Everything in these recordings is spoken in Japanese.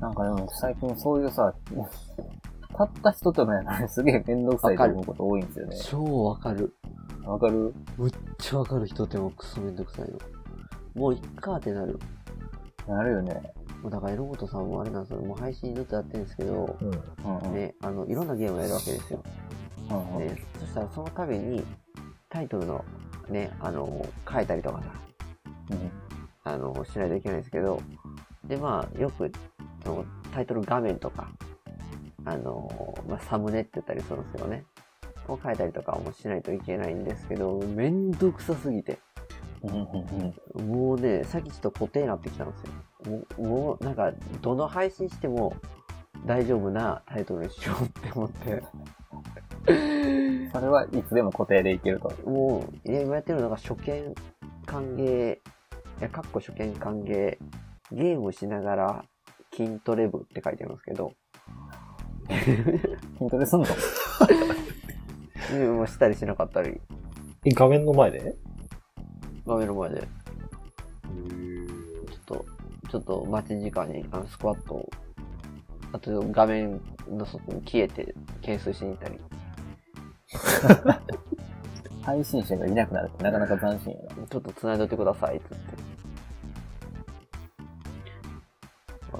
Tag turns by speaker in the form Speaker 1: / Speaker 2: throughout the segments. Speaker 1: なんかでも最近そういうさ、たった人とのやらすげえめんどくさいと思うこと多いんですよね。
Speaker 2: 超わかる。
Speaker 1: わかる
Speaker 2: むっちゃわかる人ってもうクソめんどくさいの。もういっかってなる。
Speaker 1: なるよね。
Speaker 2: もうだから、榎本さんもあれなんですよ。もう配信ずっとやってるんですけど、
Speaker 3: うん。
Speaker 1: うんうん。
Speaker 2: ね、あの、いろんなゲームをやるわけですよ。
Speaker 1: うんうん
Speaker 2: ね、そしたらその度に、タイトルの、ね、あの、変えたりとかさ、
Speaker 1: うん
Speaker 2: あの、しないといけないんですけど、で、まあ、よく、そのタイトル画面とか、あの、まあ、サムネって言ったりするんですよね。を変えたりとかもしないといけないんですけど、めんどくさすぎて。
Speaker 1: うんうんうん
Speaker 2: もうね、さっきちょっと固定になってきたんですよ。もう、もうなんか、どの配信しても大丈夫なタイトルにしようって思って。
Speaker 1: それはいつでも固定でいけると。
Speaker 2: もう、いや今やってるのが初見歓迎、いや、かっこ初見歓迎、ゲームしながら筋トレ部って書いてあるんですけど、
Speaker 1: 筋トレすんの
Speaker 2: 自分もしたりしなかったり、
Speaker 3: え画面の前で
Speaker 2: 画面の前で、ちょっと、ちょっと待ち時間にあのスクワットを、あと画面の外に消えて、懸垂しに行ったり、
Speaker 1: 配信者がいなくなるってなかなか斬新や
Speaker 2: ちょっと繋いどいてください、つって。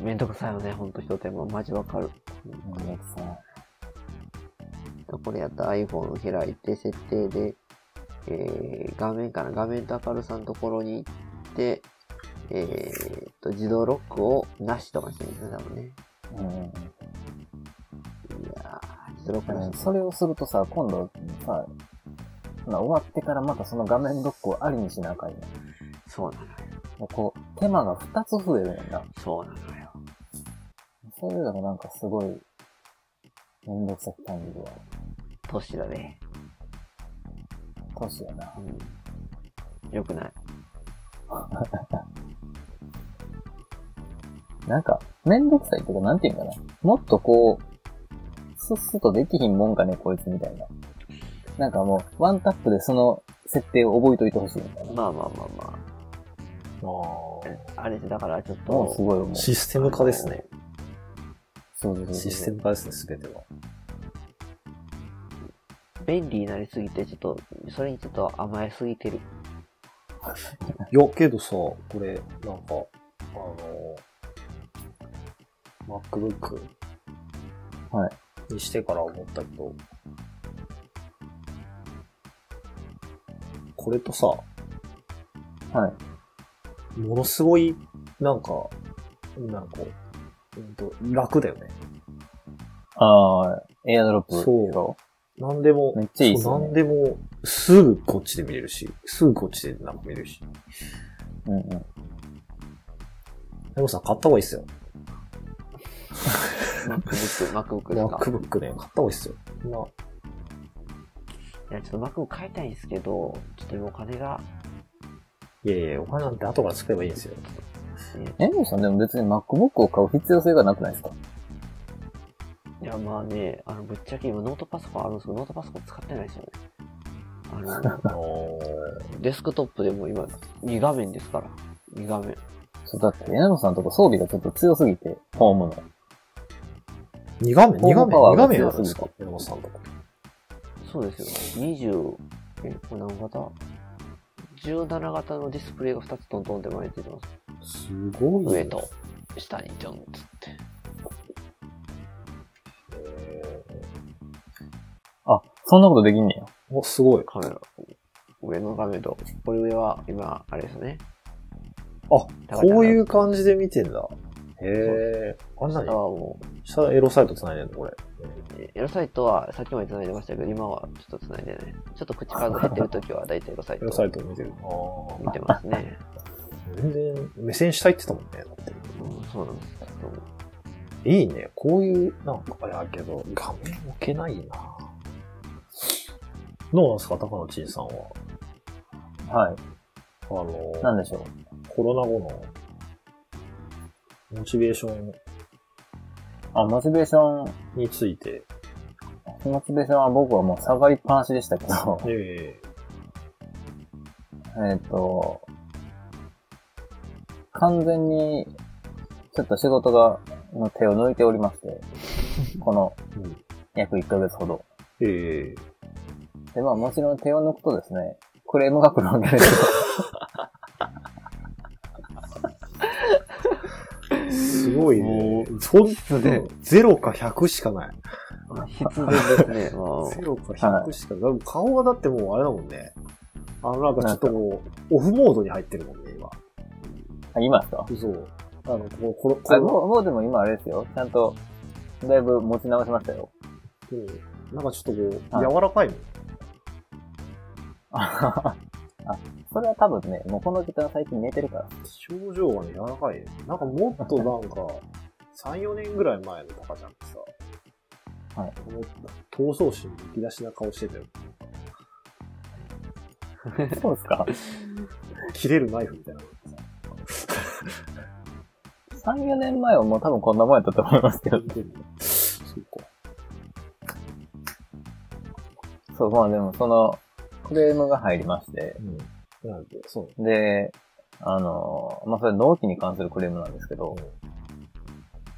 Speaker 2: めんどくさいよね、ほんと一手間。マジわかる。
Speaker 1: な。めんどくさ
Speaker 2: これやったら iPhone を開いて、設定で、えー、画面かな、画面と明るさのところに行って、えー、と、自動ロックをなしとかしてるんですね、多分ね。
Speaker 1: い。うんうん
Speaker 2: いやー、自動ロック
Speaker 1: う。
Speaker 2: なんし。
Speaker 1: それをするとさ、今度さ、ほな終わってからまたその画面ロックをありにしなあかんやん。
Speaker 2: そうなのよ。
Speaker 1: もうこう、手間が2つ増えるやんな。
Speaker 2: そうなのよ。
Speaker 1: そういうのがなんかすごい、めんどくさく感じるわ。
Speaker 2: 年だね。
Speaker 1: 年やな。
Speaker 2: うん。よくない。
Speaker 1: なんか、めんどくさいっていうか、なんていうんかな。もっとこう、すっすとできひんもんかね、こいつみたいな。なんかもう、ワンタップでその設定を覚えといてほしいみたいな。
Speaker 2: まあまあまあま
Speaker 3: あ
Speaker 2: あ。
Speaker 3: あ。
Speaker 2: あれだからちょっ
Speaker 1: もうす
Speaker 2: と、
Speaker 1: ごい思う。
Speaker 3: システム化ですね。
Speaker 1: そうそうそうそう
Speaker 3: システム化ですね、すべては。
Speaker 2: 便利になりすぎて、ちょっと、それにちょっと甘えすぎてる。
Speaker 3: いや、けどさ、これ、なんか、あの、MacBook
Speaker 1: はい
Speaker 3: にしてから思ったけど、これとさ、も
Speaker 1: はい。
Speaker 3: のすごい、なんか、なんかこう、うんと、楽だよね。
Speaker 1: あー、エアドロップ。
Speaker 3: そう
Speaker 1: そ
Speaker 3: なんでも、
Speaker 1: めっちゃいいっす
Speaker 3: そう
Speaker 1: よね
Speaker 3: なんでも、すぐこっちで見れるし、すぐこっちでなんか見れるし。
Speaker 1: う。うんうん。
Speaker 3: でもさん、買った方がいいっすよ。
Speaker 2: MacBook、MacBook ですか
Speaker 3: MacBook ね、買った方がいいっすよ。まあ、
Speaker 2: いや、ちょっとマックを買いたいんですけど、ちょっと今お金が、
Speaker 3: いやいや、お金なんて後から作ればいいんですよ。
Speaker 1: 遠藤さんでも別に MacBook を買う必要性がなくないですか
Speaker 2: いや、まあね、あの、ぶっちゃけ今ノートパソコンあるんですけど、ノートパソコン使ってないですよね。あの、
Speaker 3: あの
Speaker 2: デスクトップでも今、2画面ですから。2画面。
Speaker 1: そうだって、エ野さんとこ装備がちょっと強すぎて、ホームの。
Speaker 3: ー、2画面、
Speaker 1: ホ
Speaker 3: 2
Speaker 1: ー
Speaker 3: 画
Speaker 1: ム
Speaker 3: 面、
Speaker 1: パワ
Speaker 3: 2
Speaker 1: ーが
Speaker 3: 画面あるん
Speaker 1: 強
Speaker 3: ですす
Speaker 1: ぎ
Speaker 3: か榎本さんとか。
Speaker 2: そうですよ。20、え、これ何型 ?17 型のディスプレイが2つトントンって前についてます。
Speaker 3: すごいね
Speaker 2: 上。と下にちょんつって。
Speaker 3: え
Speaker 1: あ、そんなことできんねや。
Speaker 3: ー、お、すごい。
Speaker 2: カメラ。上の画面と、これ上は今、あれですね。
Speaker 3: あ、こういう感じで見てんだ。へえ。あん
Speaker 2: 下
Speaker 3: なに
Speaker 2: はもう、
Speaker 3: 下エロサイト繋いでんのこれ。
Speaker 2: エロサイトはさっきまで繋いでましたけど、今はちょっと繋いでない。ちょっと口数減ってる時は大体エロサイ
Speaker 3: エロサ
Speaker 2: ト
Speaker 3: イト見てる。あ
Speaker 2: 見てますね。
Speaker 3: ー全然、目線下行ってたもんね。だって
Speaker 2: うん、そうなんです。そう
Speaker 3: いいね。こういう、なんか、あれだけど、画面置けないなどうなんですか高野ちんさんは。
Speaker 1: はい。
Speaker 3: あのー
Speaker 1: なんでしょ
Speaker 3: コロナ後のモチベーション
Speaker 1: う。あ、モチベーション、
Speaker 3: について、
Speaker 1: モチベーションは僕はもう下がりっぱなしでしたけど、
Speaker 3: え
Speaker 1: えっと、完全に、ちょっと仕事がの手を抜いておりま して、この
Speaker 3: うん
Speaker 1: 約1ヶ月ほど。
Speaker 3: ええ
Speaker 1: で、まあもちろん手を抜くとですね、クレームが来るわけですよ。
Speaker 3: すごい
Speaker 2: も
Speaker 3: ね。そん
Speaker 2: 質で、
Speaker 3: 0か100しかない。
Speaker 2: 必然ですね。もう
Speaker 3: 0か100しかない。でも顔がだってもうあれだもんね。あの、なんかちょっともう、オフモードに入ってるもんね、今。
Speaker 1: あ、今ですか
Speaker 3: そう。あの、この、この、こ
Speaker 1: あ
Speaker 3: の
Speaker 1: もう、もうでも今あれですよ。ちゃんと、だいぶ持ち直しましたよ。
Speaker 3: うんなんかちょっとこ
Speaker 1: は
Speaker 3: う、柔らかいもん。
Speaker 1: あ、それは多分ね、もうこの時間最近寝てるから。
Speaker 3: 症状がね、柔らかいね。なんかもっとなんか、3、4年ぐらい前のタカちゃんってさ、
Speaker 1: はい
Speaker 3: この闘争心むき出しな顔してたよ。
Speaker 1: そうですか
Speaker 3: 切れるナイフみたいなのがさ
Speaker 1: ?3、4年前はもう多分こんなもんやったと思いますけど。
Speaker 3: 似てるねそうか。
Speaker 1: そう、まあでもその、クレームが入りまして、
Speaker 3: うん。なんで、そう。
Speaker 1: で、あの、まあそれ納期に関するクレームなんですけど、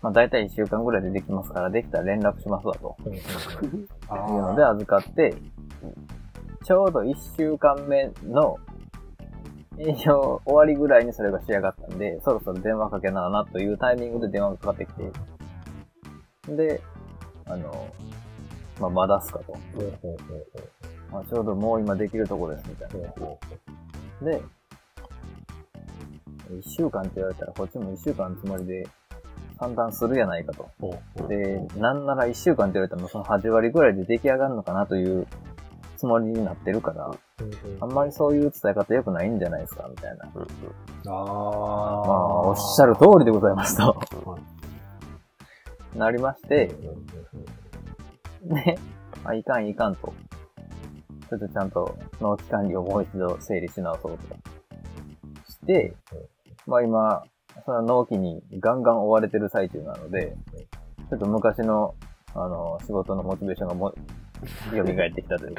Speaker 1: まあ大体1週間ぐらいでできますから、できたら連絡しますわと。
Speaker 3: あ
Speaker 1: いうの
Speaker 3: あ
Speaker 1: で預かって、ちょうど1週間目の営業終わりぐらいにそれが仕上がったんで、そろそろ電話かけなあなというタイミングで電話がかかってきて、で、あの、まあ、まだすかと。
Speaker 3: ほうほうほう
Speaker 1: まあ、ちょうどもう今できるとこです、みたい
Speaker 3: ほうほう
Speaker 1: な。で、1週間って言われたら、こっちも1週間つもりで判断するやないかと。
Speaker 3: ほうほう
Speaker 1: で、なんなら1週間って言われてもその8割ぐらいで出来上がるのかなというつもりになってるから、あんまりそういう伝え方良くないんじゃないですかみたいな。ま
Speaker 2: うんうん
Speaker 3: あ
Speaker 1: あ
Speaker 3: あ
Speaker 1: おっしゃる通りでございます と。
Speaker 3: は
Speaker 1: なりまして、ね、 あ、いかんいかんと。ちょっとちゃんと納期管理をもう一度整理し直そうと。して、まあ今、その納期にガンガン追われてる最中なので、ちょっと昔の、あの、仕事のモチベーションがも、蘇ってきたという。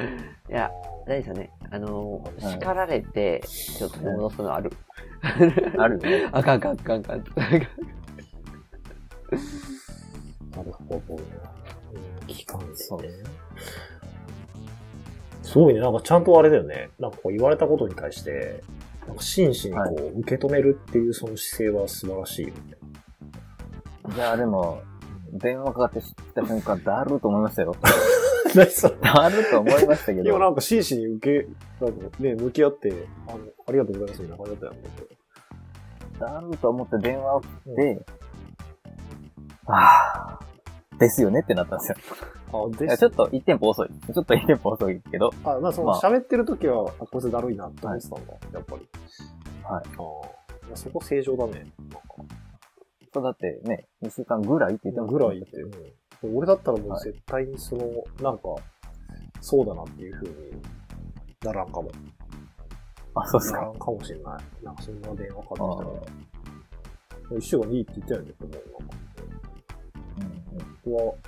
Speaker 2: いや、大丈夫ですよね。あのー、
Speaker 1: はい
Speaker 2: 叱られて、ちょっと取り戻すのある。
Speaker 1: あるよね。
Speaker 2: あかんあかんあ かんあかん。
Speaker 3: なるほど。期間そうね。すごいね。なんかちゃんとあれだよね。なんかこう言われたことに対して、なんか真摯にこう、受け止めるっていうその姿勢は素晴らしいよね。
Speaker 1: いや、でも、電話かかってきた瞬間、だるーと思いましたよ。
Speaker 3: 何それ
Speaker 1: だるーと思いましたけ
Speaker 3: いや、
Speaker 1: ど、
Speaker 3: なんか真摯に受け、なんかね、向き合って、あの、ありがとうございますみたいな感じだったよね。
Speaker 1: だるーと思って電話を切って、あー、ですよねってなったんですよ。
Speaker 3: あ、
Speaker 1: い
Speaker 3: で
Speaker 1: や
Speaker 3: す
Speaker 1: ちょっと1店舗遅い。ちょっと1店舗遅いけど、
Speaker 3: あ、まあその
Speaker 1: まあ
Speaker 3: 喋ってる時は、あ、こいつだるいなって思ってたんだ、やっぱり。
Speaker 1: はい
Speaker 3: ああ。いやそこ正常だね。なんか
Speaker 1: そうだってね、2週間ぐらいって言っても
Speaker 3: ぐらいって。俺だったらも
Speaker 1: は
Speaker 3: う
Speaker 1: い
Speaker 3: 絶対にその、なんか、そうだなっていう風にならんかも。
Speaker 1: あ、そうっす
Speaker 3: な
Speaker 1: か。
Speaker 3: らんかもしれない。なんかそんな電話か
Speaker 1: あ
Speaker 3: かって
Speaker 1: ー
Speaker 3: きたら、一週間いいって言ったよね、でもなんか、
Speaker 1: うん
Speaker 3: ここ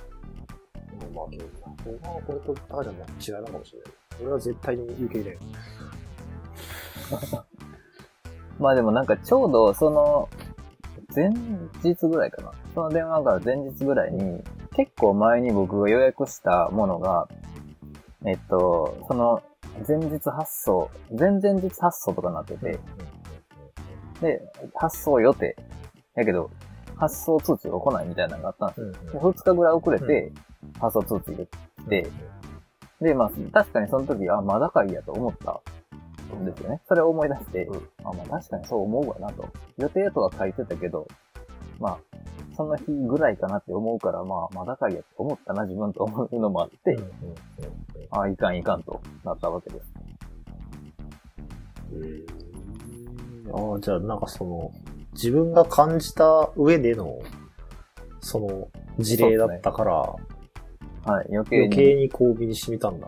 Speaker 3: は、まあ、けどな、ここはこれとタカちゃんの違いなのかもしれない。俺は絶対に受け入れん。
Speaker 1: まあでもなんかちょうどその、前日ぐらいかな。その電話が前日ぐらいに、結構前に僕が予約したものが、えっと、その、前日発送、前々日発送とかになってて、で、発送予定。やけど、発送通知が来ないみたいなのがあったんです
Speaker 3: うんうん
Speaker 1: よ。2日ぐらい遅れて、発送通知が来て、で、まあ、確かにその時、あ、まだかいやと思ったんですよね。それを思い出して、
Speaker 2: うん
Speaker 1: あ、まあ確かにそう思うわなと。予定とは書いてたけど、まあ、その日ぐらいかなって思うから、まあ、まだかいやと思ったな、自分と思うのもあって、
Speaker 3: うん
Speaker 1: あ、いかんいかんとなったわけです。
Speaker 3: ああ、じゃあなんかその、自分が感じた上での、その、事例だったから、
Speaker 1: はい、余計に。
Speaker 3: 余計にこう身に染みたんだ。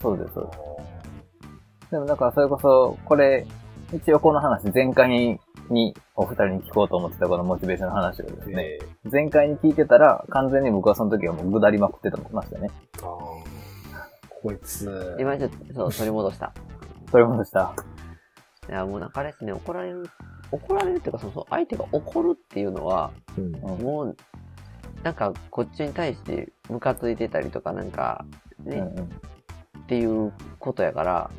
Speaker 1: そうです、そうです。でもだからそれこそ、これ、一応この話、前回にお二人に聞こうと思ってたこのモチベーションの話をですね、
Speaker 3: え
Speaker 1: 前回に聞いてたら、完全に僕はその時はもうぐだりまくってたもましたね。
Speaker 3: ー、あーこいつ、
Speaker 2: 今ちょっと、そう、取り戻した。
Speaker 1: 取り戻した。
Speaker 2: いや、もうなんかあれですね、怒られる、怒られるっていうか、そのその相手が怒るっていうのは、
Speaker 3: うん。
Speaker 2: もう、なんかこっちに対してムカついてたりとか、なんか、
Speaker 1: う
Speaker 2: ね、
Speaker 1: んうん。
Speaker 2: っていうことやから、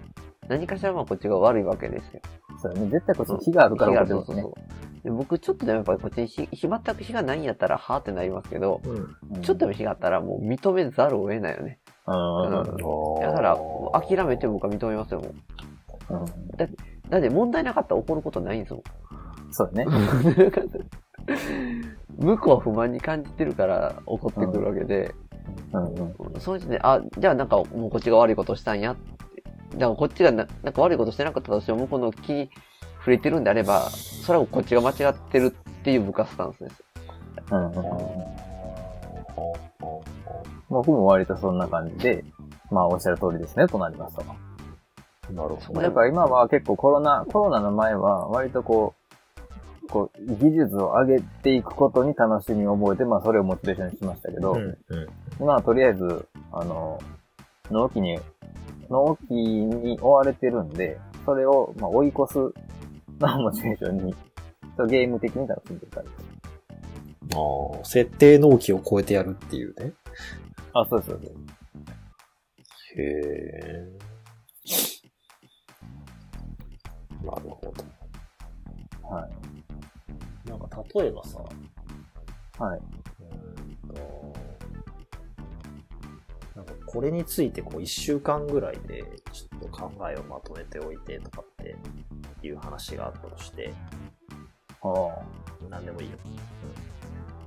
Speaker 2: 何かしらまあこっちが悪いわけですよ。
Speaker 1: そうだね。絶対こっち火があるから
Speaker 2: 火
Speaker 1: 怒
Speaker 2: が
Speaker 1: って
Speaker 2: そ
Speaker 1: ます
Speaker 2: うそう
Speaker 1: ね
Speaker 2: そ。う。で僕ちょっとでもやっぱりこっちに火火全く火がないんやったら、はーってなりますけど、
Speaker 3: うん。
Speaker 1: うん
Speaker 2: ちょっとでも火があったらもう認めざるを得ないよね。
Speaker 1: うんうん
Speaker 2: だから、もう諦めて僕は認めますよ、もう。
Speaker 1: うん
Speaker 2: だって問題なかったら怒ることないんですもん。
Speaker 1: そうだね。
Speaker 2: 向こうは不満に感じてるから怒ってくるわけで、
Speaker 1: うんうん。
Speaker 2: その時点で、あ、じゃあなんかもうこっちが悪いことしたんやって。だからこっちがななんか悪いことしてなかったとしても、向こうの気に触れてるんであれば、それはこっちが間違ってるっていう部活スタンスです。
Speaker 1: うんうん
Speaker 3: あー
Speaker 1: うん。僕も割とそんな感じで、まあおっしゃる通りですね、となりました。
Speaker 3: なるほ
Speaker 2: う
Speaker 3: ど。
Speaker 1: だから今は結構コロナ、コロナの前は割とこう、こう、技術を上げていくことに楽しみを覚えて、まあそれをモチベーションにしましたけど、
Speaker 3: うんうん。
Speaker 1: 今はとりあえず、あの、納期に、納期に追われてるんで、それを、まあ、追い越すのをモチベーションに、ちょっとゲーム的に楽しんでたり。
Speaker 3: ああ、設定納期を超えてやるっていうね。
Speaker 1: あ、そうそうそう。
Speaker 3: へえ。なるほど。。
Speaker 1: はい
Speaker 3: なんか例えばさ、
Speaker 1: はい。
Speaker 3: うーんと、なんかこれについてこう一週間ぐらいでちょっと考えをまとめておいてとかっていう話があったとして、
Speaker 1: あ
Speaker 3: なんでもいいよ。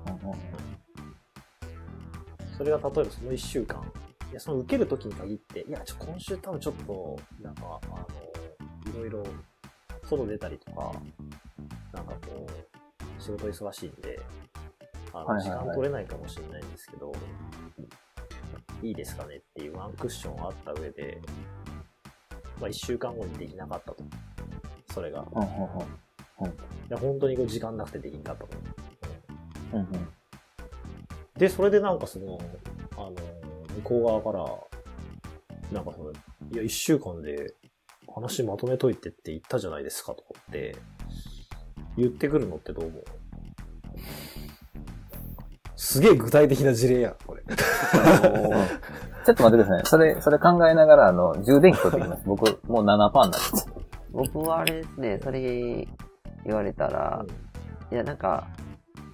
Speaker 1: あうんうん
Speaker 3: それが例えばその一週間、いや、その受ける時に限って、いや、ちょ今週多分ちょっと、なんか、あの、いろいろ、外出たりとか、なんかこう、仕事忙しいんで、あ
Speaker 1: はい
Speaker 3: の、
Speaker 1: は
Speaker 3: 時
Speaker 1: いはい
Speaker 3: 間取れないかもしれないんですけど、いいですかねっていうワンクッションあった上で、まあ一週間後にできなかったと。それが。
Speaker 1: うんうん
Speaker 3: いや本当にこう時間なくてできなかったと。
Speaker 1: うんうんうん
Speaker 3: で、それでなんかその、あの、向こう側から、なんかその、いや、一週間で話まとめといてって言ったじゃないですかとかって、言ってくるのってどう思うすげえ具体的な事例やん、これ。
Speaker 1: ちょっと待ってください。それ、それ考えながら、あの、充電器取ってきます。僕、もう7%パーになってます。
Speaker 2: 僕はあれですね、それ言われたら、いや、なんか、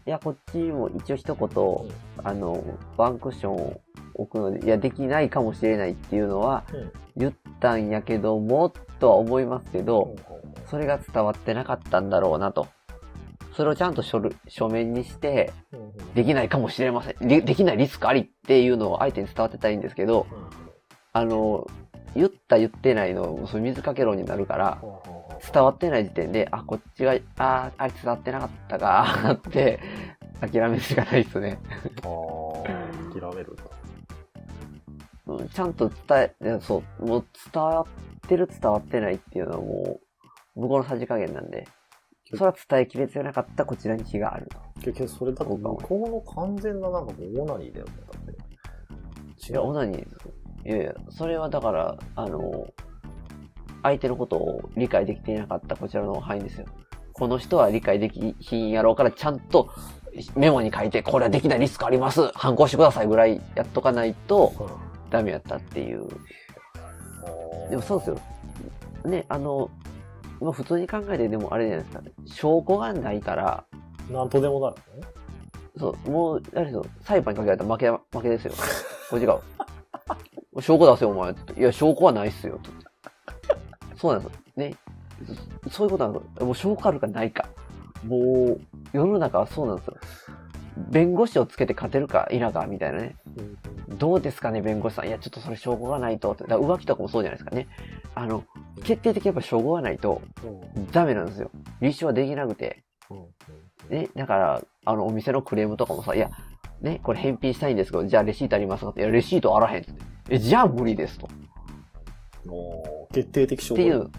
Speaker 2: いや、こっちも一応一言、あの、ワンクッションを置くので、いや、できないかもしれないっていうのは
Speaker 3: うん、
Speaker 2: 言ったんやけども、とは思いますけど、
Speaker 3: う
Speaker 2: それが伝わってなかったんだろうなと。それをちゃんと書類書面にして、
Speaker 3: んうんうん
Speaker 2: できないかもしれません。でできないリスクありっていうのを相手に伝わってたらいいんですけど、あの、言った言ってないの、それ水かけ論になるから、伝わってない時点で、あ、こっちが、あー、あれ伝わってなかったか、って、諦めるしかないですね。
Speaker 3: あー諦めるんだ。
Speaker 2: うんちゃんと伝えいや、そう、もう伝わってる伝わってないっていうのはもう、向こうのさじ加減なんで、それは伝えきれてなかったこちらに気があると。
Speaker 3: 結局それだって向こうの完全ななんかもうオナニーだよね、だって。
Speaker 2: い
Speaker 3: 違
Speaker 2: や、
Speaker 3: う
Speaker 2: オナニーです。いやいや、それはだから、あの、相手のことを理解できていなかったこちらの範囲ですよ。この人は理解できひんやろうから、ちゃんとメモに書いて、これはできないリスクあります。反抗してくださいぐらいやっとかないとダメやったっていう。でもそうですよ。ね、あの、まあ、普通に考えてでもあれじゃないですか、証拠がないから、
Speaker 3: なんとでもなるのね
Speaker 2: そう、もう、あれですよ、裁判にかけられたら負け、負けですよ。こっちが。証拠出せよ、お前。って言っていや、証拠はないっすよ。って言ってそうなんですよ。ね。そそういうことなんですよ。もう証拠あるかないか。もう、世の中はそうなんですよ。弁護士をつけて勝てるか否か、みたいなね。どうですかね、弁護士さん。いや、ちょっとそれ証拠がないと。ってだから浮気とかもそうじゃないですかね。あの、決定的にやっぱ証拠がないと、ダメなんですよ。立証はできなくて。ね、だから、あの、お店のクレームとかもさ、いや、ね、これ返品したいんですけど、じゃあレシートありますかって、いや、レシートあらへんって。え、じゃあ無理ですと。っ
Speaker 3: おー決定的証拠。
Speaker 2: ていう、
Speaker 3: うん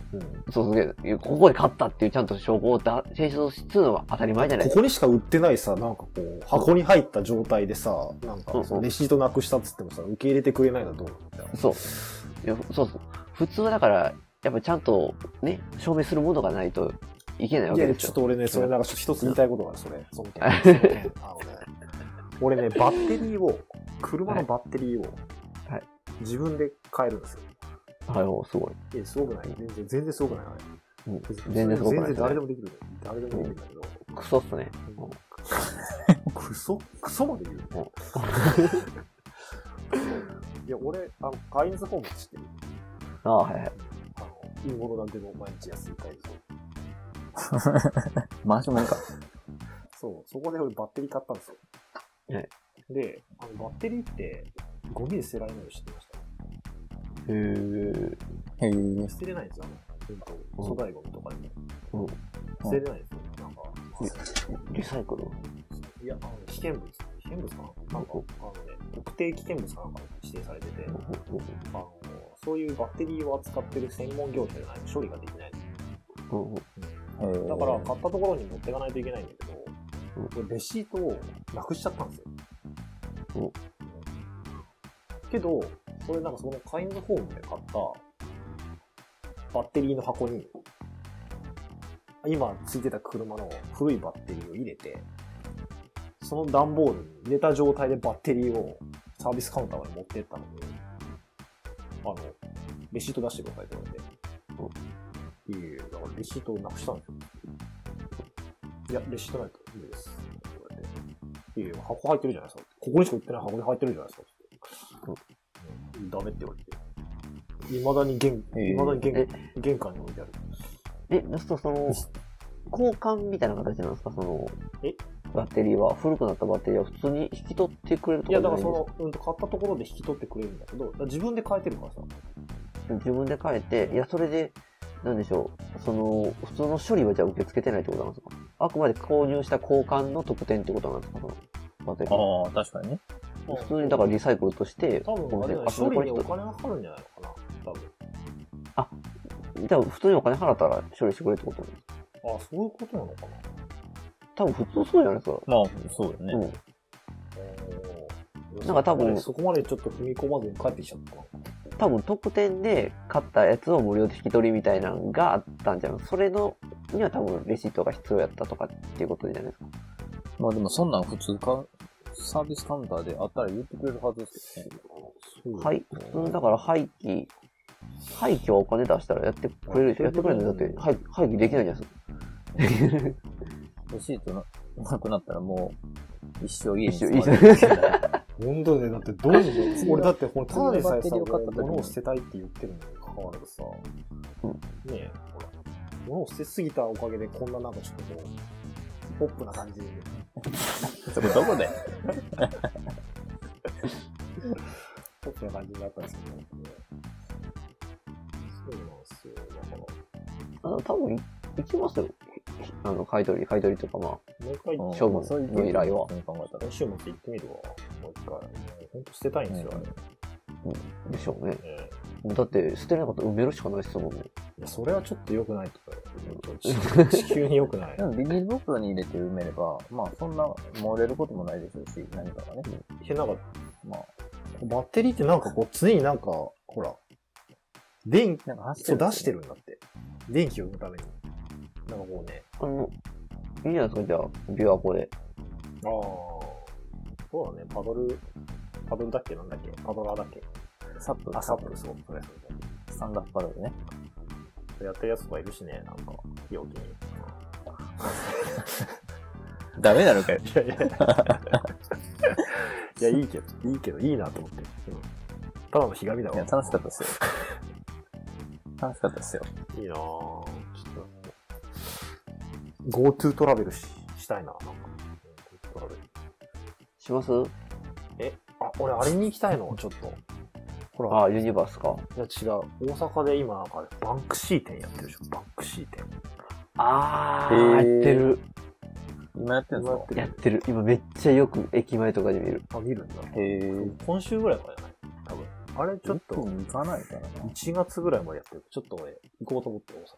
Speaker 2: そうすげえ、ここで勝ったっていうちゃんと証拠をだ提出するのは当たり前じゃない
Speaker 3: こ
Speaker 2: です
Speaker 3: こにしか売ってないさ、なんかこう、箱に入った状態でさ、なんか
Speaker 2: そうそう、
Speaker 3: レシートなくしたっつってもさ、受け入れてくれないのはどうなんだよ
Speaker 2: か。。そう。いやそうそう。普通はだから、やっぱちゃんとね、証明するものがないと、いけないわ
Speaker 3: い
Speaker 2: け
Speaker 3: や、
Speaker 2: です
Speaker 3: ちょ
Speaker 2: よ
Speaker 3: っ。と俺ね、それなんかちょっと一つ言いたいことがある、それ。その件。
Speaker 2: はい
Speaker 3: その件あのね、俺ね、バッテリーを、車のバッテリーを、
Speaker 2: はい
Speaker 3: 自分で変えるんですよ。
Speaker 2: はい、おすごい。
Speaker 3: え、すごくない全然、全然すごくないあれ。
Speaker 2: うん
Speaker 3: 別に
Speaker 2: 全然すごくない
Speaker 3: 全然誰でもできる。誰でもできるんだけど。
Speaker 2: クソっすね。
Speaker 3: うんクソクソまで言う
Speaker 2: うん
Speaker 3: いや、俺、あの、カインズホーム知ってる。
Speaker 2: ああ、はいはい。
Speaker 3: あの、いいものなんでも毎日安いカインズホーム。
Speaker 1: 回しもんか。
Speaker 3: そう、そこで俺バッテリー買ったんですよ。
Speaker 2: はい
Speaker 3: で、あの、バッテリーって、ゴミで捨てられないの知ってました
Speaker 2: へー
Speaker 1: へえ。
Speaker 3: 捨てれないんですよ、あの、うんと、粗大ゴミとかで
Speaker 2: う
Speaker 3: も
Speaker 2: ん。
Speaker 3: 捨てれないんですよ、なんか。
Speaker 2: リサイクル
Speaker 3: いや、あの、危険物。危険物かななんか、あのね、特定危険物かなんかに指定されてて、あの、そういうバッテリーを扱ってる専門業者じゃないと処理ができないんですよ
Speaker 2: うんうん
Speaker 3: だから、買ったところに持っていかないといけないんだけど、俺レシートをなくしちゃったんですよ。けど、それなんかそのカインズホームで買ったバッテリーの箱に、今ついてた車の古いバッテリーを入れて、その段ボールに入れた状態でバッテリーをサービスカウンターまで持ってったのに、あの、レシート出してくださいって言われて、いいよ、だからレシートをなくしたんですよ。いや、レシートないと無理です。って言われて。いやいや、箱入ってるじゃないですか。ここにしか売ってない箱に入ってるじゃないですか。うんダメって言われて。未だに玄、
Speaker 1: へえ
Speaker 3: 未だに玄玄関に置いてある。
Speaker 2: え、そうその、交換みたいな形なんですかその、
Speaker 3: え
Speaker 2: バッテリーは、古くなったバッテリーは普通に引き取ってくれると
Speaker 3: い
Speaker 2: かじ
Speaker 3: や、だ
Speaker 2: ゃ
Speaker 3: か
Speaker 2: ない
Speaker 3: ら
Speaker 2: んです
Speaker 3: その、うんと、買ったところで引き取ってくれるんだけど、だから自分で変えてるからさ。
Speaker 2: か自分で変えて、いや、それで、なんでしょう、その、普通の処理はじゃあ受け付けてないってことなんですかあくまで購入した交換の特典ってことなんですかその、バッテリー。
Speaker 1: ああ、確かにね。
Speaker 2: 普通にだからリサイクルとして、
Speaker 3: 多分、あれだよ
Speaker 2: あ
Speaker 3: ね
Speaker 2: そ
Speaker 3: 処
Speaker 2: れこ
Speaker 3: 理
Speaker 2: れ
Speaker 3: にお金がかかるんじゃないのかな。多分。
Speaker 2: じゃあ普通にお金払ったら処理してくれってこと
Speaker 3: あ、そういうことなのかな。
Speaker 2: 多分普通そうじゃないですか。
Speaker 1: まあ、そうだね。
Speaker 2: うん。
Speaker 3: おー
Speaker 2: なんか多分
Speaker 3: そこまでちょっと踏み込まずに帰ってきちゃったのかな。
Speaker 2: 多分特典で買ったやつを無料で引き取りみたいなのがあったんじゃないそれのには多分レシートが必要やったとかっていうことじゃないですか。
Speaker 1: まあでも、そんなん普通か、サービスカウンターであったら言ってくれるはずですよね。
Speaker 2: はい。普通だから廃棄、廃棄はお金出したらやってくれるでしょやってくれるんだって廃棄廃棄できないじゃないですか。
Speaker 1: レシートななくなったらもう、一生家に
Speaker 2: 一生
Speaker 1: 住まれる
Speaker 2: 一生
Speaker 3: 本当だよ。だってどう しよう。俺だって、これ、ただでさえ
Speaker 1: 次
Speaker 3: さ、
Speaker 1: のバッテリーを買った時に
Speaker 3: 俺物を捨てたいって言ってるのに関わらずさ、
Speaker 2: うん
Speaker 3: ねえ、ほら、物を捨てすぎたおかげで、こんななんかちょっとこう、ポップな感じで、
Speaker 1: それどこで
Speaker 3: ポップな感じになったんですけど、ね、そうなんですよ。だから、
Speaker 2: あの多分行きますよ。あの、買い取り、買い取りとかま
Speaker 3: もう一回、
Speaker 2: 処分の依頼は
Speaker 1: そういう考えたら
Speaker 3: 今週末行ってみるわ。もう一回。ほんと捨てたいんですよ、あれ。ね
Speaker 2: あ、でしょうね。
Speaker 3: え
Speaker 2: だって捨てなかったら埋めるしかないですもんね。
Speaker 3: いや、それはちょっと良くないとか言 う地球に良くない
Speaker 1: で。もビニール袋に入れて埋めれば、まあそんな漏れることもないでしょうし、何かがね。
Speaker 3: いや、なんか、
Speaker 1: まあ、
Speaker 3: バッテリーってなんかこう、常になんか、ほら、電気、
Speaker 1: なんか走って
Speaker 3: そう
Speaker 1: る、
Speaker 3: 出してるんだって。電気を生むために。なんかこうね、
Speaker 2: あの、いいじゃないですか、じゃあ、琵琶湖で。
Speaker 3: ああ、そうだね、パドル、パドルだっけなんだっけパドラーだっけ
Speaker 1: サップ、
Speaker 3: あ、サップル、そう、それそ
Speaker 1: スタンダードパドルね。
Speaker 3: れ。やってるやつとかいるしね、なんか、陽気 に。
Speaker 1: ダメなのかよ。
Speaker 3: いやいや。いや、いいけど、いいけど、いいなと思って。うんただのひがみだ
Speaker 1: い
Speaker 3: わ。
Speaker 1: や、楽しかったですよ。楽しかったですよ。
Speaker 3: いいなぁ。ちょっと、GoTo トラベルししたいな、なんか。GoTo トラベル。
Speaker 2: します
Speaker 3: え、あ、俺あれに行きたいのちょっと。ほら、
Speaker 2: ああ、ユニバースか。
Speaker 3: いや違う。大阪で今なんかバンクシー店やってるでしょ。バンクシー店。
Speaker 2: あ
Speaker 1: へー
Speaker 2: ー、やってる。
Speaker 1: 今やってるんですか
Speaker 2: やってる。今めっちゃよく駅前とかで見る。
Speaker 3: あ、見るんだ。
Speaker 1: へぇ
Speaker 3: 今週ぐらいからじゃない多分。あれち
Speaker 1: ちょ
Speaker 3: ょ
Speaker 1: っ
Speaker 3: っ
Speaker 1: と
Speaker 3: と、
Speaker 1: 行かないからな。
Speaker 3: 1月ぐらいまでやってる。ちょっと俺、行こうと思って大阪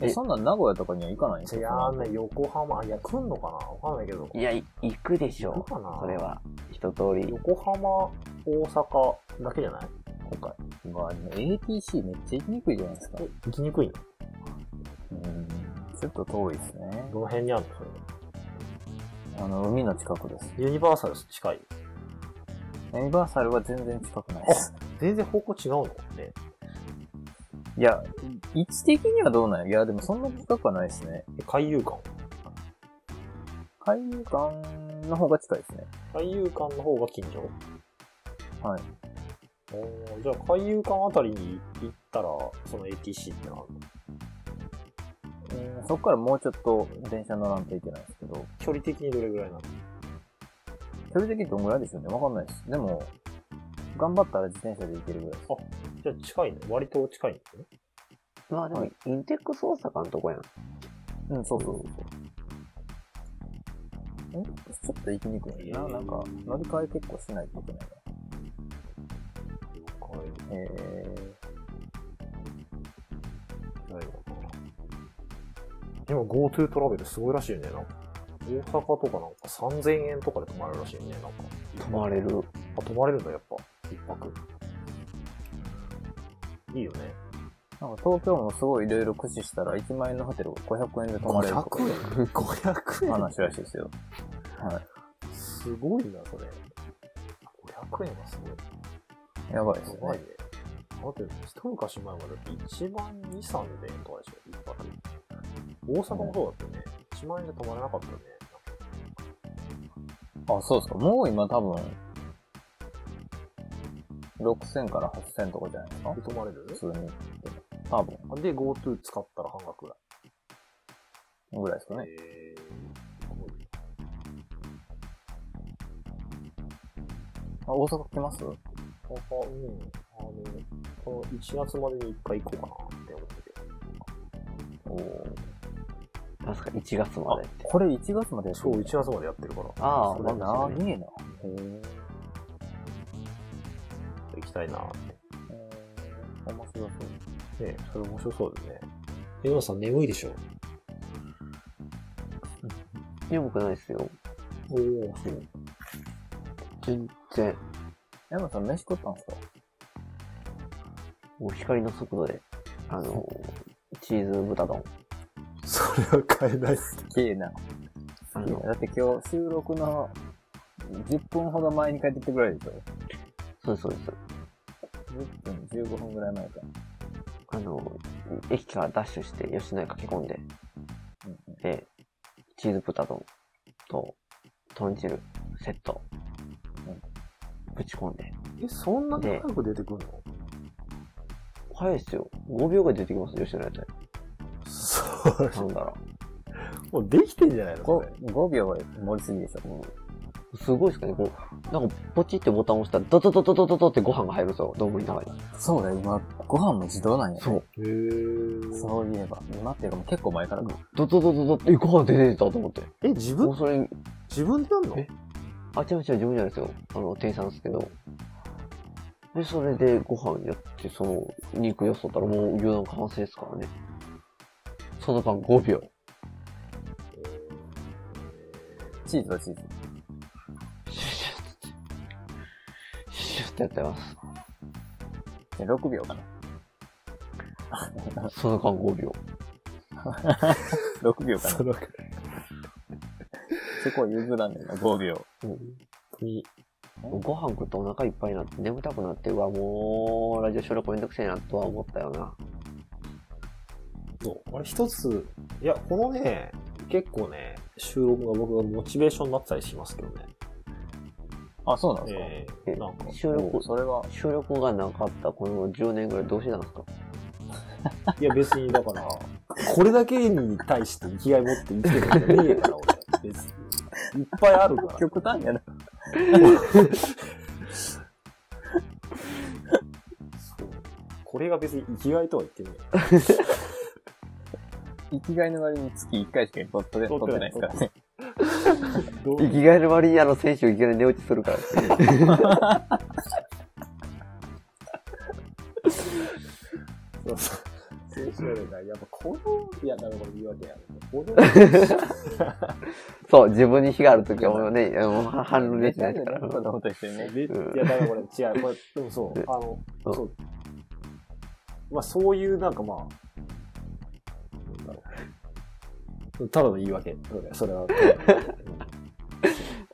Speaker 3: で。
Speaker 1: え、そんなん名古屋とかには行かないんです
Speaker 3: い
Speaker 1: か
Speaker 3: やーね、横浜、いや、来んのかなわかんないけど。
Speaker 2: いや、い行くでし
Speaker 3: 行
Speaker 2: ょ
Speaker 3: くかな
Speaker 2: う。それは、一通り。
Speaker 3: 横浜、大阪だけじゃない今回。
Speaker 1: まあ、でも ATC めっちゃ行きにくいじゃないですか。
Speaker 3: 行きにくいの
Speaker 1: うん。ちょっと遠いですね。
Speaker 3: どの辺にあるのそれ
Speaker 1: あの、海の近くです。
Speaker 3: ユニバーサル近い。
Speaker 1: ユニバーサルは全然近くないです。
Speaker 3: 全然方向違うのね。
Speaker 1: いや、位置的にはどうなんやいや、でもそんな近くはないですね。
Speaker 3: え海遊館。
Speaker 1: 海遊館の方が近いですね。
Speaker 3: 海遊館の方が近所
Speaker 1: はい。
Speaker 3: おーじゃあ海遊館あたりに行ったら、その ATC ってのはあるの
Speaker 1: うんそこからもうちょっと電車乗らんといけないですけど、
Speaker 3: 距離的にどれぐらいなの
Speaker 1: それ的にどんぐらいでしょうね。わかんないです。でも、頑張ったら自転車で行けるぐらいです。
Speaker 3: じゃあ近いね。割と近いんですね。
Speaker 2: まあで
Speaker 1: は
Speaker 2: も、インテックス大阪のとこやん。
Speaker 1: うん、そうそうそう。んちょっと行きにくいな。なんか、乗り換え結構しないといけないな。え
Speaker 3: ないのかな今 GoTo トラベルすごいらしいね。なんか大阪とかなんか3000円とかで泊まれるらしいね。なんか。
Speaker 2: 泊まれる。
Speaker 3: あ、泊まれるんだ、やっぱ。一泊。いいよね。
Speaker 1: ー、なんか東京もすごい色々駆使したら、1万円のホテルを500円で泊まれるとか
Speaker 3: 円 ?500 円
Speaker 1: 話らしいですよ。
Speaker 3: すごいな、それ。500円はすごい。
Speaker 1: やばいです
Speaker 3: す
Speaker 1: よ
Speaker 3: ごい
Speaker 1: ね
Speaker 3: ね。。だって、一昔前まで1万2、3でとかでしょ、一泊。大阪もそうだったよね。1万円で泊まれなかったよね。
Speaker 1: あ、そうですか。もう今多分、6000から8000とかじゃないですか
Speaker 3: で、泊まれる
Speaker 1: 普通に。多分、
Speaker 3: で、GoTo 使ったら半額ぐらい。
Speaker 1: ぐらいですかね。
Speaker 3: えー、すごい
Speaker 1: あ、大阪来ます
Speaker 3: なんか、うん、あの、この1月までに1回行こうかなって思ってて。
Speaker 1: おー
Speaker 2: 確か1月までって。
Speaker 1: これ1月までやって
Speaker 3: そう、1
Speaker 1: る。
Speaker 3: 月までやってるから。
Speaker 2: ああ、
Speaker 3: そ
Speaker 2: ま
Speaker 3: れ
Speaker 2: あ
Speaker 3: だ
Speaker 1: 長
Speaker 2: 長い
Speaker 1: えな。
Speaker 3: 行きたいなって。
Speaker 1: えー、面白そう。
Speaker 3: ねそれ面白そうですね。江ノさん眠いでしょ
Speaker 2: 眠くないですよ。
Speaker 3: おおそう。
Speaker 2: 全然。
Speaker 1: 山田さん、飯食ったんですか
Speaker 2: もう光の速度で、あの、チーズ豚丼。
Speaker 3: それは買えないっす。
Speaker 1: 綺麗な。
Speaker 2: あ
Speaker 1: いや
Speaker 2: の、
Speaker 1: だって今日収録の10分ほど前に帰ってきてくらいでしょ
Speaker 2: そうです、そうです。
Speaker 1: ?10 分、15分ぐらい前か。
Speaker 2: あの、駅からダッシュして吉野家駆け込んで、
Speaker 1: うんうん
Speaker 2: で、チーズ豚丼と豚汁セット、ぶち込んで。
Speaker 3: え、そんなに早く出てくんの
Speaker 2: 早いっすよ。5秒ぐらい出てきます、吉野家って。
Speaker 3: それ
Speaker 2: 頼んだら。
Speaker 3: もうできてんじゃないのそれ
Speaker 1: 5, 5秒は盛りすぎでしょ。
Speaker 2: うんすごいっすかね、こう、なんか、ポチってボタン押したら、ドドドドドドドってご飯が入るんですよ、丼の中に。
Speaker 1: そうだ、今、ご飯も自動なんや。
Speaker 2: そう。
Speaker 3: へー。
Speaker 1: そういえば、今っていうかもう結構前からか。
Speaker 2: ドドドドドって、えご飯出てきたと思って。
Speaker 3: え、自
Speaker 2: もう
Speaker 3: 分
Speaker 2: それ、
Speaker 3: 自分でやんの
Speaker 2: えあ、違う違う、自分じゃないですよ。あの、店員さんですけど。で、それでご飯やって、その、肉よそったらもう牛丼完成ですからね。その間5秒。
Speaker 1: チーズはチーズ。
Speaker 2: シュッシュッって。シュッシュッってやってます。
Speaker 1: で6秒かな。
Speaker 2: その間5秒。
Speaker 1: 6秒かな。
Speaker 3: その
Speaker 1: そこは譲らんねんな、5秒。
Speaker 3: に、
Speaker 2: ご飯食ってお腹いっぱいになって眠たくなって、うわ、もう、ラジオ収録めんどくせえなとは思ったよな。
Speaker 3: そう。あれ一つ、いや、このね、結構ね、収録が僕がモチベーションになってたりしますけどね。
Speaker 1: あ、そうなんですか、
Speaker 3: え
Speaker 2: え
Speaker 3: ー、なんか、
Speaker 2: 収録
Speaker 1: お、それは、
Speaker 2: 収録がなかったこの10年ぐらいどうしてたんですか
Speaker 3: いや別に、だから、これだけに対して生きがい持って生きてるわけじゃねえから、俺。別に。いっぱいあるから。
Speaker 1: 極端やな。
Speaker 3: そう。これが別に生きがいとは言ってね
Speaker 1: 生きがいの割に月1回しか撮って撮ってないですからね。
Speaker 3: え。どう
Speaker 2: 生きがいの割にあの選手いきなり寝落ちするから。
Speaker 3: そうそう。先週だから、やっぱこの、いや、だからこれ言い訳やね。この、
Speaker 2: そう、自分に火があるときはもうね、あの反論できないですから。
Speaker 1: こんなことしてね。
Speaker 3: めっちゃ、だからこれ違う。これ、でもそう、あの、
Speaker 2: うん
Speaker 3: そう、まあそういうなんかまあ、なんだろう。ただの言い訳。それは。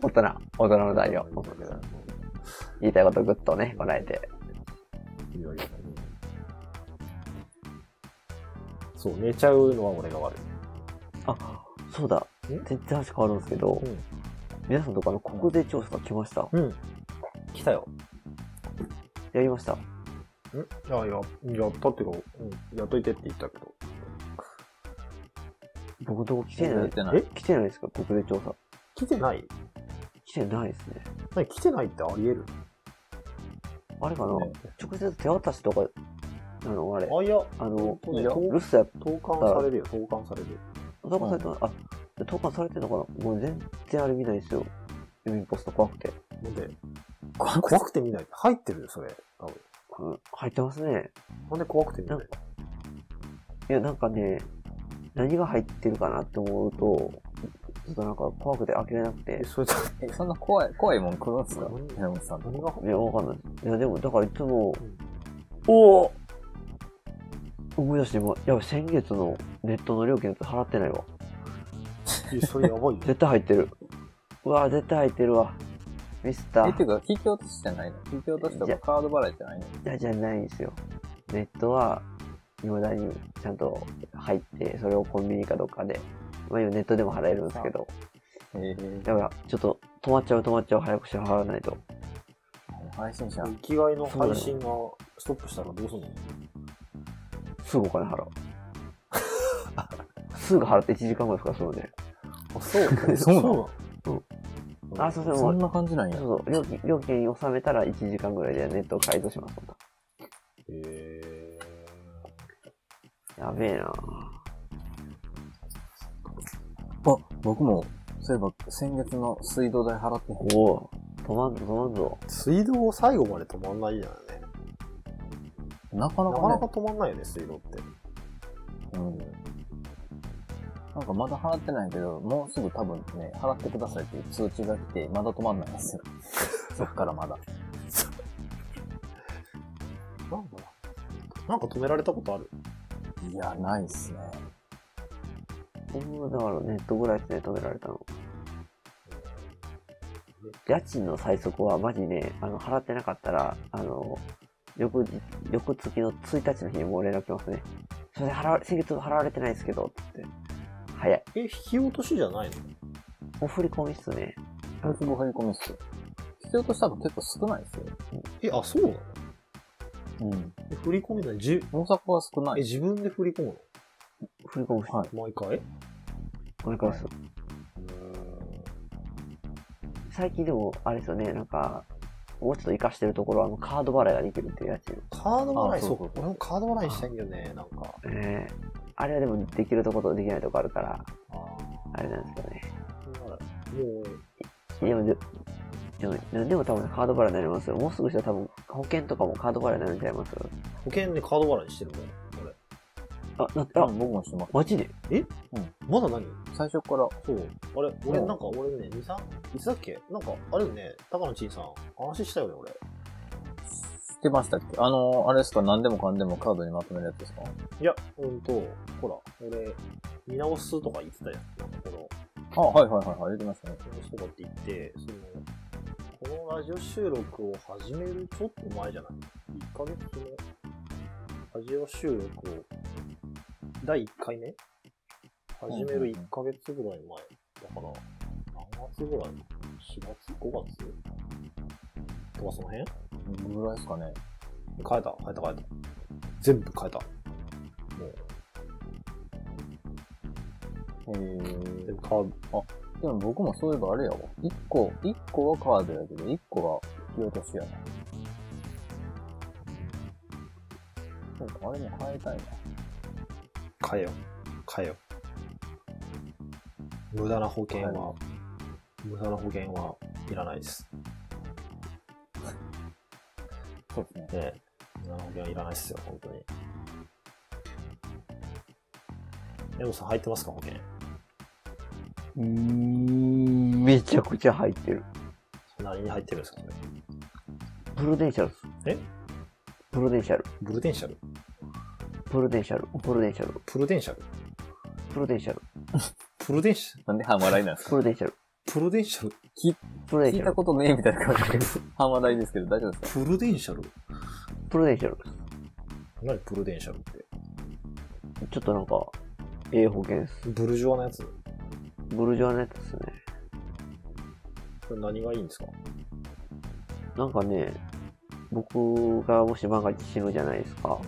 Speaker 2: 大人、大人の材料。言いたいことぐっとね、こらえて。
Speaker 3: 言い訳だねそう、寝ちゃうのは俺が悪い。
Speaker 2: あ、そうだ。
Speaker 3: え
Speaker 2: 全然話変わるんですけど、
Speaker 3: うん
Speaker 2: 皆さんとかのここで調査来ました。
Speaker 3: うん。来たよ。
Speaker 2: やりました。
Speaker 3: んあ、や、やったっていうか、うん、やっといてって言ったけど。
Speaker 2: 僕のとこ来て
Speaker 1: 全然言
Speaker 2: ない
Speaker 1: っ。てない。
Speaker 3: え
Speaker 2: 来てないですかここで調査。
Speaker 3: 来てない
Speaker 2: 来てないですね。
Speaker 3: 何来てないってあり得る
Speaker 2: あれかな、
Speaker 3: ね
Speaker 2: 直接手渡しとか、あの、あれ。
Speaker 3: あ、いや、
Speaker 2: あの、
Speaker 3: いや
Speaker 2: 留守やっ
Speaker 3: 投函されるよ、投函されるよ。
Speaker 2: 投函されて、あ、投函されてんのかなもう全然あれ見ないですよ。郵便ポスト怖くて。
Speaker 3: なんで、怖くて見ない。入ってるよ、それ。多分
Speaker 2: うん入ってますね。
Speaker 3: なんで怖くて見ない
Speaker 2: いや、なんかね、何が入ってるかなって思うと、ちょっとなんか怖くて開けれなく
Speaker 3: え、
Speaker 2: て。
Speaker 3: それと、
Speaker 1: え、そんな怖い、怖いもん来るんすか
Speaker 3: うん
Speaker 1: 平本さんと
Speaker 3: 何が、
Speaker 2: いや、わかんない。いや、でも、だからいつも、
Speaker 3: おお
Speaker 2: 思い出して、もやばい、先月のネットの料金だと払ってないわ。
Speaker 3: それや ばいよ。
Speaker 2: 絶対入ってる。うわ絶対入ってるわ。ミスタ
Speaker 1: え、て
Speaker 2: ー。
Speaker 1: いうか、引き落としじゃないの引き落としと
Speaker 2: い
Speaker 1: か
Speaker 2: や
Speaker 1: カード払いじゃないの
Speaker 2: いや、じゃないんですよ。ネットは、未だにちゃんと入って、それをコンビニかどっかで、まあ今ネットでも払えるんですけど、
Speaker 1: えー
Speaker 2: だから、ちょっと止まっちゃう止まっちゃう、早く支払わないと。
Speaker 1: 配信者。
Speaker 3: 生きがいの配信がストップしたらどうすんの
Speaker 2: すぐお金払 う。すぐ払って1時間後ですから、そうで。
Speaker 3: あ、 そう。
Speaker 1: そうなの
Speaker 2: うんあ
Speaker 3: なの
Speaker 2: そうそう
Speaker 1: そんな感じなんや。
Speaker 2: そうそう、料金、料金納めたら1時間ぐらいでネットを解除します。ほんと
Speaker 3: へ
Speaker 2: やべえな
Speaker 1: あ、僕も、そういえば先月の水道代払ってへん
Speaker 2: おお止まんぞ、止まんぞ。
Speaker 3: ー水道最後まで止まんないじゃないね。
Speaker 1: なかな
Speaker 3: なかな
Speaker 1: か
Speaker 3: か
Speaker 1: ね、
Speaker 3: 止まんないよね、水道っ
Speaker 1: う
Speaker 3: て。
Speaker 1: ん。なんかまだ払ってないけど、もうすぐ多分ね、払ってくださいっていう通知が来て、まだ止まんないん ですよ。そっからまだ。
Speaker 3: なんか、なんか止められたことある
Speaker 1: いや、ないっすね。
Speaker 2: 僕もだからネットぐらいですね、止められたの。家賃の最速はマジね、あの、払ってなかったら、あの、翌日、翌月の1日の日にもう連絡来ますね。それ払わ、先月払われてないですけど、つって。早い。
Speaker 3: え、引き落としじゃないの
Speaker 2: お振り込みっすね。
Speaker 1: 大規模振り込みっすよ。必要としたの結構少ないっすよ。
Speaker 3: え、あ、そうなの
Speaker 1: うん。
Speaker 3: え振り込みないじ、
Speaker 1: 大阪は少な
Speaker 3: え、
Speaker 1: い。
Speaker 3: 自分で振り込む
Speaker 2: 振り込みっす。
Speaker 1: はい
Speaker 3: の毎回
Speaker 2: これからです。最近でも、あれですよね、なんか、もうちょっと活かしてるところは、あの、カード払いができるっていうやつよ。
Speaker 3: カード払
Speaker 1: あ
Speaker 3: い、
Speaker 1: そ
Speaker 3: そう
Speaker 1: そう
Speaker 3: う。俺もカード払いしたいんだよね、なんか。
Speaker 2: ええあれはでも、できるとことできないとこあるから、
Speaker 3: ああ
Speaker 2: あれなんですけどね。
Speaker 3: もう、
Speaker 2: でも、ででも、でも多分カード払いになりますよ。もうすぐしたら多分、保険とかもカード払いになるんちゃいます
Speaker 3: 保険でカード払いしてるもん、俺。
Speaker 2: あ、な
Speaker 1: う
Speaker 2: あ、
Speaker 1: ん僕もしてます。
Speaker 2: マジで
Speaker 3: まだ何
Speaker 1: 最初から、
Speaker 3: そう。あれ、俺、
Speaker 1: うん
Speaker 3: なんか、俺ね、2、3、いつだっけなんか、あれだよね、高野ちんさん、話したよね、俺。
Speaker 1: してましたっけあのー、あれですか何でもかんでもカードにまとめるやつですか
Speaker 3: いや、うんと、ほら、俺、見直すとか言ってたやん。なんか、この、
Speaker 1: あ、はいはいはいはい、出てましたね。
Speaker 3: 見直すとかって言って、その、このラジオ収録を始めるちょっと前じゃない ?1 ヶ月の、ラジオ収録を、第1回目始める1ヶ月ぐらい前。だから、何月ぐらい ?4 月 ?5 月とかその辺
Speaker 1: どのぐらいですかね。
Speaker 3: 変えた、変えた、変えた。全部変えた。もう、
Speaker 1: えー
Speaker 3: 全部変わる。
Speaker 1: でも僕もそういえばあれやわ。1個、一個はカードやけど、1個は引き落としやな。そうか、あれも変えたいな。
Speaker 3: 変えよ。変えよ。無駄な保険
Speaker 1: は
Speaker 3: は、無駄な保険はいらないです。
Speaker 1: そうですね。
Speaker 3: ね無駄な保険はいらないですよ、本当に。エモさん入ってますか、保険。
Speaker 2: うーん、めちゃくちゃ入ってる。
Speaker 3: 何に入ってるんですか、それ。
Speaker 2: プロデンシャルっす。
Speaker 3: え
Speaker 2: プロデンシャル。
Speaker 3: ブルデンシャル
Speaker 2: プルデンシャル、プルデンシャル、
Speaker 3: プルデンシャル
Speaker 2: プルデンシャル、
Speaker 3: プルデンシャル
Speaker 1: なんで半笑いなんですか
Speaker 2: プルデンシャル、
Speaker 3: プルデンシャル
Speaker 2: プルデン
Speaker 1: 聞
Speaker 2: シ
Speaker 1: い
Speaker 2: ャ
Speaker 1: た
Speaker 2: ル、
Speaker 1: ことねえみたいな顔してる。 半笑いですけど、大丈夫ですか
Speaker 3: プルデンシャル
Speaker 2: プルデンシャル。
Speaker 3: 何プルデンシャルって。
Speaker 2: ちょっとなんか、ええ保険っす。
Speaker 3: ブルジョアのやつ
Speaker 2: ブルジョアのやつっすね。
Speaker 3: これ何がいいんですか
Speaker 2: なんかね、僕がもし万が一死ぬじゃないですか。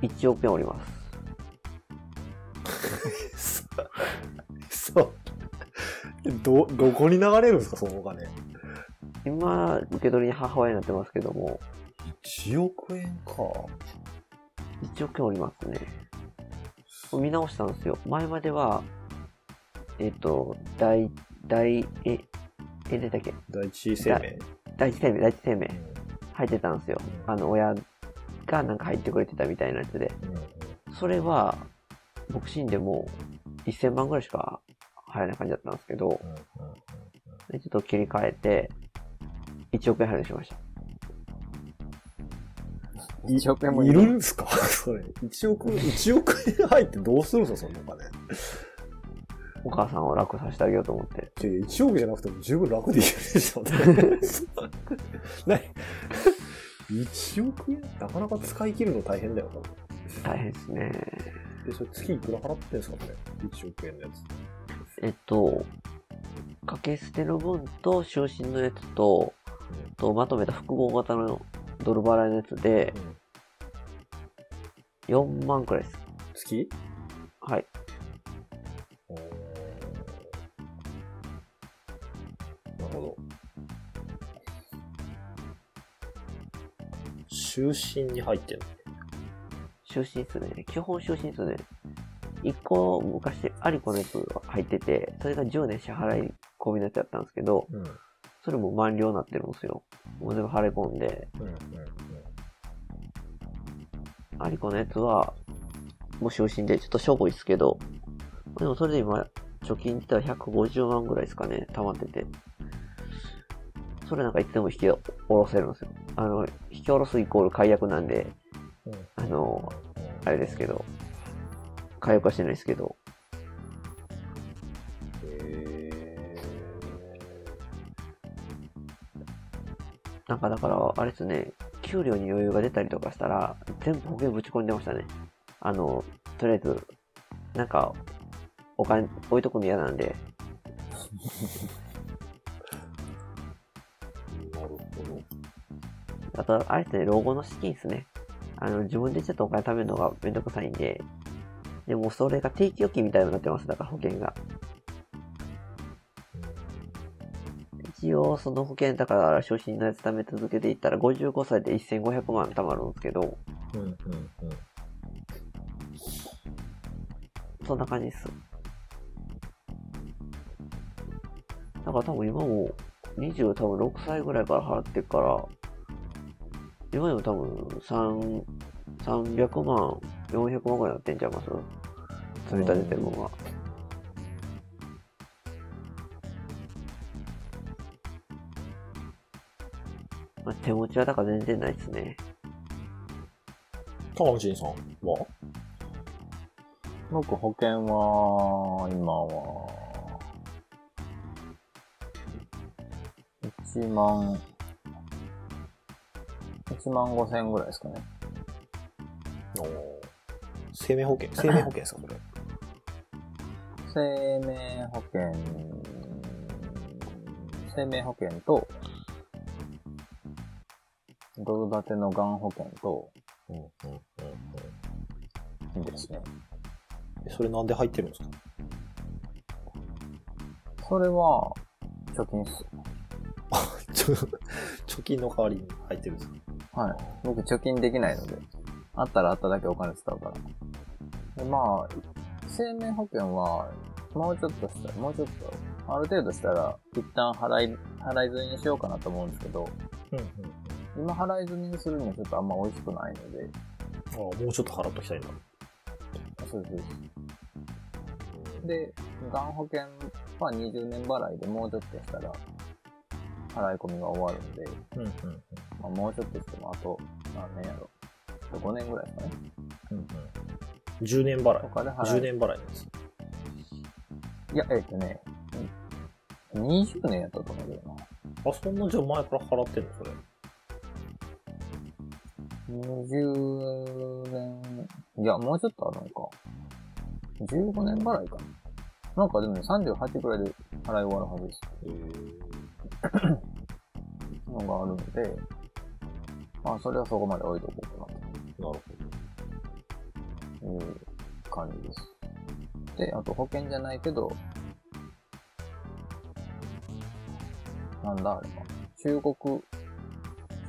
Speaker 2: 1億円おります。
Speaker 3: そう。ど、どこに流れるんですか、そのお金。
Speaker 2: 今、受け取りに母親になってますけども、
Speaker 3: 1億円か。
Speaker 2: 1億円おりますね。見直したんですよ。前までは、えっ、と、第、第、え、え、出たっけ
Speaker 3: 第一生命。
Speaker 2: 第一生命、第一生命
Speaker 3: う、
Speaker 2: 入ってたんですよ。あの、親がなんか入ってくれてたみたいなやつで。
Speaker 3: んうんうん
Speaker 2: それは、僕死んでも、1000万ぐらいしか入らない感じだったんですけど、
Speaker 3: うんうん
Speaker 2: でちょっと切り替えて、1億円入るようにしました。
Speaker 1: ?1 億円も
Speaker 3: いるんですか それ。1億、1億円入ってどうするんですかそんなお金。
Speaker 2: お母さんを楽させてあげようと思って。
Speaker 3: いやいや1億じゃなくても十分楽でいけるでしょ。 何 ?1 億円なかなか使い切るの大変だよな。
Speaker 2: 大変ですね。
Speaker 3: で、それ月いくら払ってんですかね ?1 億円のやつ。
Speaker 2: えっと、掛け捨ての分と、昇進のやつと、とまとめた複合型のドル払いのやつで、
Speaker 3: うん
Speaker 2: 4万くらいです。
Speaker 3: 月
Speaker 2: はい。
Speaker 3: おーなるほど。終身に入ってる。
Speaker 2: 昇進数ね。基本昇進数ね。1個昔、アリコのやつが入ってて、それが10年支払い込みのやつだったんですけど、
Speaker 3: うん。
Speaker 2: それも満了になってるんですよ。もう全部払い込んで、
Speaker 3: うん。うん。
Speaker 2: アリコのやつは、もう昇進で、ちょっとしょぼいっすけど、でもそれで今、貯金って言ったら150万ぐらいですかね、溜まってて。それなんかいつでも引き下ろせるんですよ。あの、引き下ろすイコール解約なんで、
Speaker 3: うん
Speaker 2: あの、あれですけど、解約はしてないですけど、
Speaker 3: へ
Speaker 2: なんかだから、あれですね、給料に余裕が出たりとかしたら、全部保険ぶち込んでましたね。あの、とりあえず、なんか、お金置いとくの嫌なんで、
Speaker 3: ーなるほど。
Speaker 2: あと、あれですね、老後の資金ですね。あの、自分でちょっとお金貯めるのがめんどくさいんで、でもそれが定期預金みたいになってます、だから保険が。一応、その保険、だから、昇進のやつ貯め続けていったら、55歳で1500万貯まるんですけど、
Speaker 3: うんうんうん。
Speaker 2: そんな感じです。だから多分今も、20多分6歳ぐらいから払ってるから、今でも多分3、300万、400万ぐらいなってんちゃいます積み立ててる分は。まあ、手持ちはだから全然ないですね。
Speaker 3: 高橋さんは
Speaker 1: 僕保険は、今は、1万、1万5千ぐらいですかね。
Speaker 3: お生命保険生命保険ですかこれ。
Speaker 1: 生命保険、生命保険と、ドル建てのがん保険と、
Speaker 3: うんうんうん
Speaker 1: ですね。
Speaker 3: うん。それなんで入ってるんですか
Speaker 1: それは、貯金っす。
Speaker 3: ちょ貯金の代わりに入ってるんですか
Speaker 1: はい。僕貯金できないので、あったらあっただけお金使うから。でまあ、生命保険は、もうちょっとしたら、もうちょっと、ある程度したら、一旦払い、払い済みにしようかなと思うんですけど、
Speaker 3: うんうん。
Speaker 1: 今払い済みにするにはちょっとあんま美味しくないので、
Speaker 3: ああ、もうちょっと払っときたいな。
Speaker 1: そうですそうです。で、がん保険は20年払いでもうちょっとしたら、払い込みが終わるんで、
Speaker 3: うんうん。
Speaker 1: まあ、もうちょっとしてもあと何年やろ。か5年ぐらいですかね。
Speaker 3: うんうん。10年払
Speaker 1: と
Speaker 3: い。
Speaker 1: かで払
Speaker 3: 10
Speaker 1: う。
Speaker 3: 年払いなんです。
Speaker 1: いや、えっ、とね、うん20年やったと思うけどな。
Speaker 3: あ、そんなじゃあ前から払ってんのそれ。
Speaker 1: 20年、いや、もうちょっとあるのか。15年払いかな。なんかでもね、38くらいで払い終わるはずです。のがあるので、まあ、それはそこまで置いとこうかな
Speaker 3: なるほど。
Speaker 1: という感じです。で、あと保険じゃないけど、なんだあれか。中国、中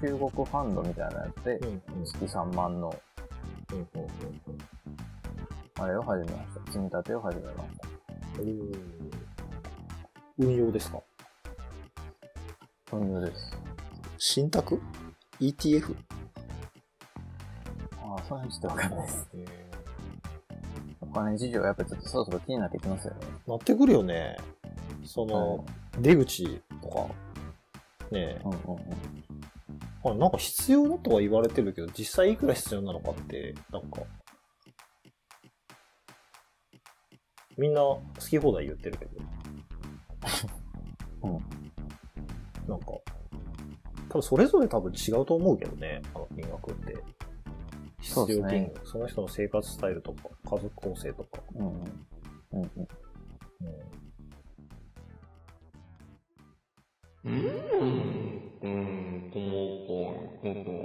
Speaker 1: 国ファンドみたいなやつで
Speaker 3: う、んうん
Speaker 1: 月3万の、
Speaker 3: うんうん
Speaker 1: あれを始めました。積み立てを始めました。
Speaker 3: うんうん。運用ですか
Speaker 1: 運用です。
Speaker 3: 信託 ?ETF?
Speaker 1: ああ、その辺ちょっとわかんないです。お金事情はやっぱちょっとそろそろ気になってきますよね。
Speaker 3: なってくるよね。その、出口とか。ねえ
Speaker 1: うんうんうん。
Speaker 3: あれなんか必要だとは言われてるけど、実際いくら必要なのかって、なんか、みんな好き放題言ってるけど。
Speaker 1: うん。
Speaker 3: なんか、多分それぞれ多分違うと思うけどね、あの金額って。必
Speaker 1: そう
Speaker 3: 要
Speaker 1: です
Speaker 3: 金
Speaker 1: ね
Speaker 3: 額、その人の生活スタイルとか、家族構成とか。
Speaker 1: うんうん。うんうん。
Speaker 4: うん、うん、この子のこと